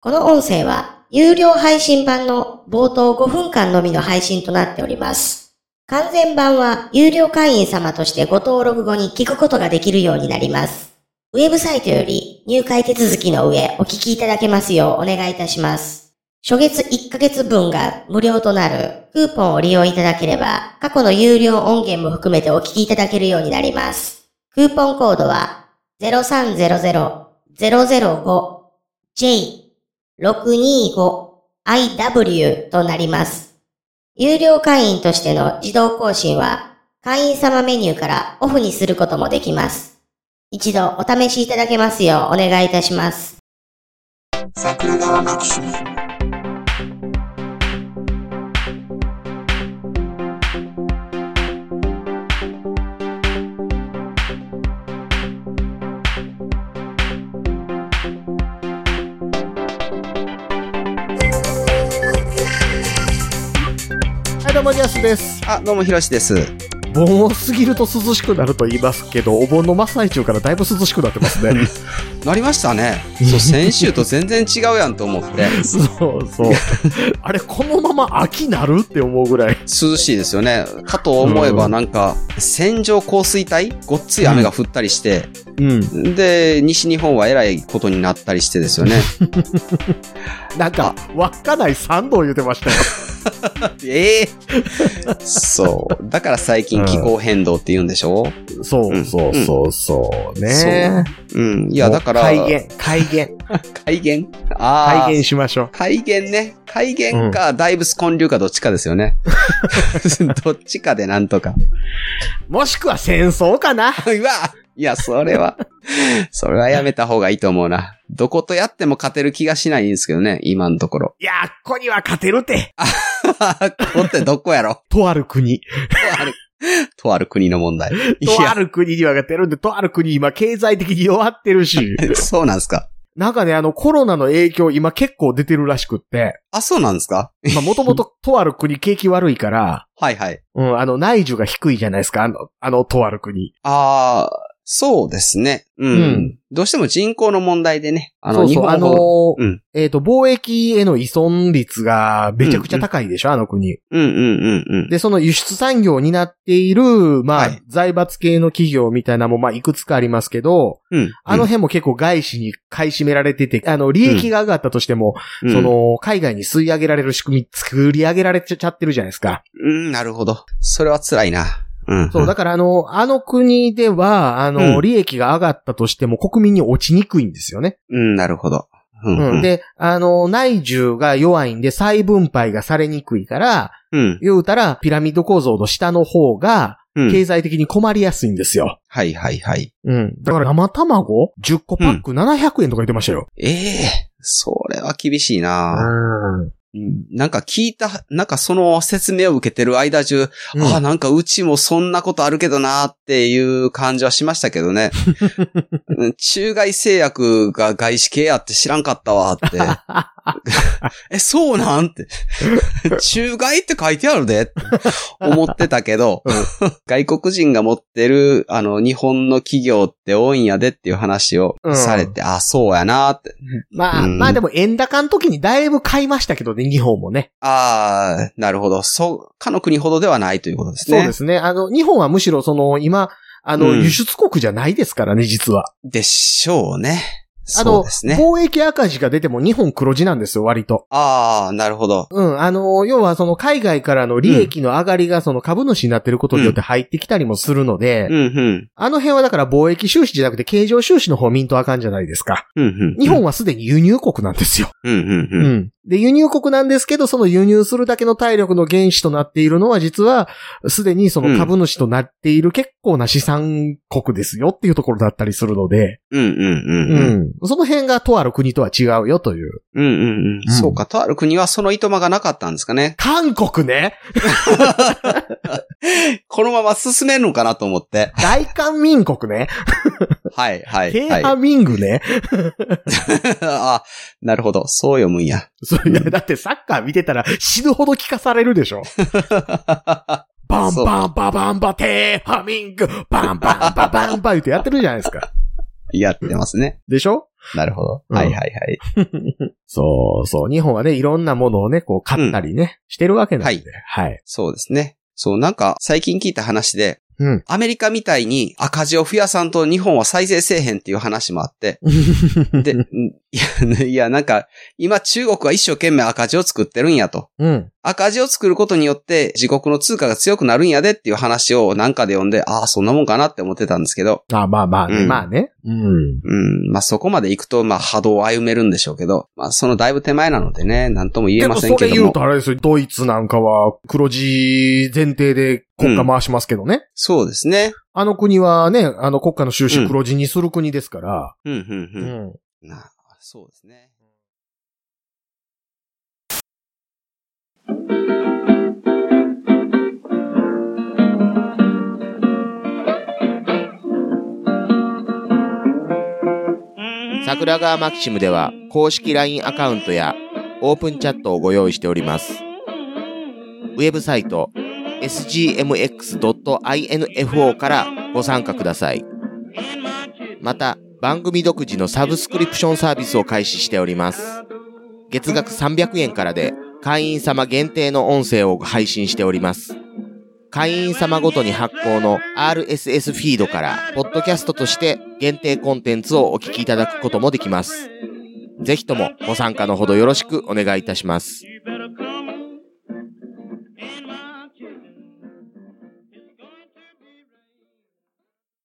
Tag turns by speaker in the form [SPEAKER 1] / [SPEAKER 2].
[SPEAKER 1] この音声は有料配信版の冒頭5分間のみの配信となっております。完全版は有料会員様としてご登録後に聞くことができるようになります。ウェブサイトより入会手続きの上お聞きいただけますようお願いいたします。初月1ヶ月分が無料となるクーポンを利用いただければ過去の有料音源も含めてお聞きいただけるようになります。クーポンコードは 0300-005J625IW となります。有料会員としての自動更新は会員様メニューからオフにすることもできます。一度お試しいただけますようお願いいたします。
[SPEAKER 2] 桜川マキシム
[SPEAKER 3] はい、どうも、ジャスです。
[SPEAKER 4] あ、どうも、ひろしです。
[SPEAKER 3] 盆を過ぎると涼しくなると言いますけど、お盆の真っ最中からだいぶ涼しくなってますね。
[SPEAKER 4] なりましたね。そう、先週と全然違うやんと思って、
[SPEAKER 3] そう そう。あれ、このまま秋なるって思うぐらい。
[SPEAKER 4] 涼しいですよね。かと思えば、なんか、線状降水帯ごっつい雨が降ったりして、
[SPEAKER 3] うん。
[SPEAKER 4] で、西日本はえらいことになったりしてですよね。
[SPEAKER 3] なんか、稚内三度言うてましたよ。
[SPEAKER 4] ええそう。だから最近気候変動って言うんでしょ
[SPEAKER 3] そうそうそうそう。ね
[SPEAKER 4] うん。いや、だから、
[SPEAKER 3] 改元、改元、
[SPEAKER 4] 改元ああ
[SPEAKER 3] 改。元しましょ
[SPEAKER 4] 改元ね。改元か、ダイブス根流かどっちかですよね。 どっちかでなんとか。
[SPEAKER 3] う。もしくは戦争かな。
[SPEAKER 4] うわいや、それ
[SPEAKER 3] 。
[SPEAKER 4] は、それはやめた方がいいと思うな。どことやっても勝てる気がしないんですけどね、今のところ
[SPEAKER 3] いや、ここには勝てるって。
[SPEAKER 4] こってどこやろ
[SPEAKER 3] とある国。
[SPEAKER 4] とある、とある国の問題。い
[SPEAKER 3] とあ
[SPEAKER 4] や、
[SPEAKER 3] る国には勝てるんで、とある国今経済的に弱ってるし。
[SPEAKER 4] そうなんですか。
[SPEAKER 3] なんかね、あのコロナの影響今結構出てるらしくって。
[SPEAKER 4] あ、そうなんですか
[SPEAKER 3] まあ、もと もととある国景気悪いから、
[SPEAKER 4] はいはい。
[SPEAKER 3] うん、あの、内需が低いじゃないですか、あの、あの、とある国。
[SPEAKER 4] あー、そうですね。うん。
[SPEAKER 3] うん
[SPEAKER 4] どうしても人口の問題でね、あの、
[SPEAKER 3] そう
[SPEAKER 4] 日
[SPEAKER 3] そう、
[SPEAKER 4] 本
[SPEAKER 3] あの
[SPEAKER 4] ほど、う
[SPEAKER 3] ー、
[SPEAKER 4] ん
[SPEAKER 3] えっ、と、貿易への依存率がめちゃくちゃ高いでしょ、あの国。
[SPEAKER 4] うんうんうんうん。
[SPEAKER 3] で、その輸出産業になっている、まあ、
[SPEAKER 4] はい
[SPEAKER 3] 財閥系の企業みたいなのも、まあ、いくつかありますけど、
[SPEAKER 4] うん、
[SPEAKER 3] あの辺も結構外資に買い占められてて、あの、利益が上がったとしても、
[SPEAKER 4] うん、
[SPEAKER 3] その、海外に吸い上げられる仕組み作り上げられちゃってるじゃないですか。
[SPEAKER 4] うん、なるほど。それは辛いな。うん。
[SPEAKER 3] そう、だからあの、あの国では、あの、
[SPEAKER 4] うん
[SPEAKER 3] 利益が上がったとしても国民に落ちにくいんですよね。
[SPEAKER 4] うん、なるほど。うん、
[SPEAKER 3] うん。
[SPEAKER 4] うん。
[SPEAKER 3] で、あの、内需が弱いんで再分配がされにくいから、
[SPEAKER 4] うん、
[SPEAKER 3] 言うたら、ピラミッド構造の下の方が、
[SPEAKER 4] うん。
[SPEAKER 3] 経済的に困りやすいんですよ。
[SPEAKER 4] はいはいはい。
[SPEAKER 3] うん。だから生卵 ?10 個パック700円とか言ってましたよ。
[SPEAKER 4] ええそれは厳しいうな、
[SPEAKER 3] ん。
[SPEAKER 4] うんなんか聞いた、なんかその説明を受けてる間中、ああ、なんかうちもそんなことあるけどなーっていう感じはしましたけど ね。うん中外製薬が外資系やって知らんかったわ ーって。え、そうなん って。中外って書いてあるでって思ってたけど、外国人が持ってる、あの、日本の企業って多いんやでっていう話をされて、あ、そうやなーって。
[SPEAKER 3] まあ、
[SPEAKER 4] うん
[SPEAKER 3] まあでも円高の時にだいぶ買いましたけどね、日本もね。
[SPEAKER 4] ああ、なるほど。そう、かの国ほどではないということですね。
[SPEAKER 3] そうですね。あの、日本はむしろその、今、あの、
[SPEAKER 4] うん
[SPEAKER 3] 輸出国じゃないですからね、実は。
[SPEAKER 4] でしょうね。
[SPEAKER 3] あ
[SPEAKER 4] そ
[SPEAKER 3] と、
[SPEAKER 4] うですね。
[SPEAKER 3] 貿易赤字が出ても日本黒字なんですよ、割と。
[SPEAKER 4] ああ、なるほど。
[SPEAKER 3] うん、あの、要はその海外からの利益の上がりがその株主になってることによって入ってきたりもするので、
[SPEAKER 4] うん、うん。
[SPEAKER 3] あの辺はだから貿易収支じゃなくて経常収支の方見んとあかんじゃないですか。
[SPEAKER 4] うん、うん。
[SPEAKER 3] 日本はすでに輸入国なんですよ。
[SPEAKER 4] うん、うん、
[SPEAKER 3] う
[SPEAKER 4] うん。
[SPEAKER 3] ん。で、輸入国なんですけど、その輸入するだけの体力の原資となっているのは実は、すでにその株主となっている結構な資産国ですよっていうところだったりするので、
[SPEAKER 4] うん、うん、
[SPEAKER 3] う
[SPEAKER 4] うん。うん、
[SPEAKER 3] ん。その辺がとある国とは違うよという。
[SPEAKER 4] うん、
[SPEAKER 3] う
[SPEAKER 4] うんん。そうか、とある国はそのいとまがなかったんですかね。
[SPEAKER 3] 韓国ね
[SPEAKER 4] このまま進めるのかなと思って。
[SPEAKER 3] 大韓民国ね。
[SPEAKER 4] はい、はい、
[SPEAKER 3] テ
[SPEAKER 4] は
[SPEAKER 3] ー
[SPEAKER 4] い。
[SPEAKER 3] ハミングね。
[SPEAKER 4] あなるほど。そう読むんや。
[SPEAKER 3] そういや、だってサッカー見てたら死ぬほど聞かされるでしょ。バン
[SPEAKER 4] そう
[SPEAKER 3] バンババンバテーハミング、バンバンババンバ言ってやってるじゃないですか。
[SPEAKER 4] やってますね。
[SPEAKER 3] でしょ
[SPEAKER 4] なるほど。
[SPEAKER 3] うん
[SPEAKER 4] はいはいはい。
[SPEAKER 3] そうそう。日本はね、いろんなものをね、こう、買ったりね、してるわけなんで。はい。
[SPEAKER 4] そうですね。そう、なんか最近聞いた話で、
[SPEAKER 3] うん。
[SPEAKER 4] アメリカみたいに赤字を増やさんと日本は再生せえへんっていう話もあって、で、 うんいや、いや、なんか、今中国は一生懸命赤字を作ってるんやと。
[SPEAKER 3] うん。
[SPEAKER 4] 赤字を作ることによって自国の通貨が強くなるんやでっていう話をなんかで読んで、ああ、そんなもんかなって思ってたんですけど、
[SPEAKER 3] あまあまあね、
[SPEAKER 4] うん
[SPEAKER 3] まあね。うん。
[SPEAKER 4] うん、まあそこまで行くと、まあ波動を歩めるんでしょうけど、まあそのだいぶ手前なのでね、なんとも言え
[SPEAKER 3] で
[SPEAKER 4] ま
[SPEAKER 3] も
[SPEAKER 4] せん
[SPEAKER 3] そ
[SPEAKER 4] け
[SPEAKER 3] れ
[SPEAKER 4] ど
[SPEAKER 3] 言う
[SPEAKER 4] も。
[SPEAKER 3] とあれですよ、ドイツなんかは黒字前提で国家回しますけどね。
[SPEAKER 4] そうですね。
[SPEAKER 3] あの国はね、あの国家の収
[SPEAKER 4] う
[SPEAKER 3] 支
[SPEAKER 4] ん
[SPEAKER 3] 黒字にする国ですから。
[SPEAKER 4] うん、うん、
[SPEAKER 3] う
[SPEAKER 4] うん。
[SPEAKER 3] ん。
[SPEAKER 4] なあそうですね。
[SPEAKER 5] 桜川マキシムでは公式 LINE アカウントやオープンチャットをご用意しております。ウェブサイト sgmx.info からご参加ください。また番組独自のサブスクリプションサービスを開始しております。月額300円からで会員様限定の音声を配信しております。会員様ごとに発行の RSS フィードから、ポッドキャストとして限定コンテンツをお聞きいただくこともできます。ぜひともご参加のほどよろしくお願いいたします。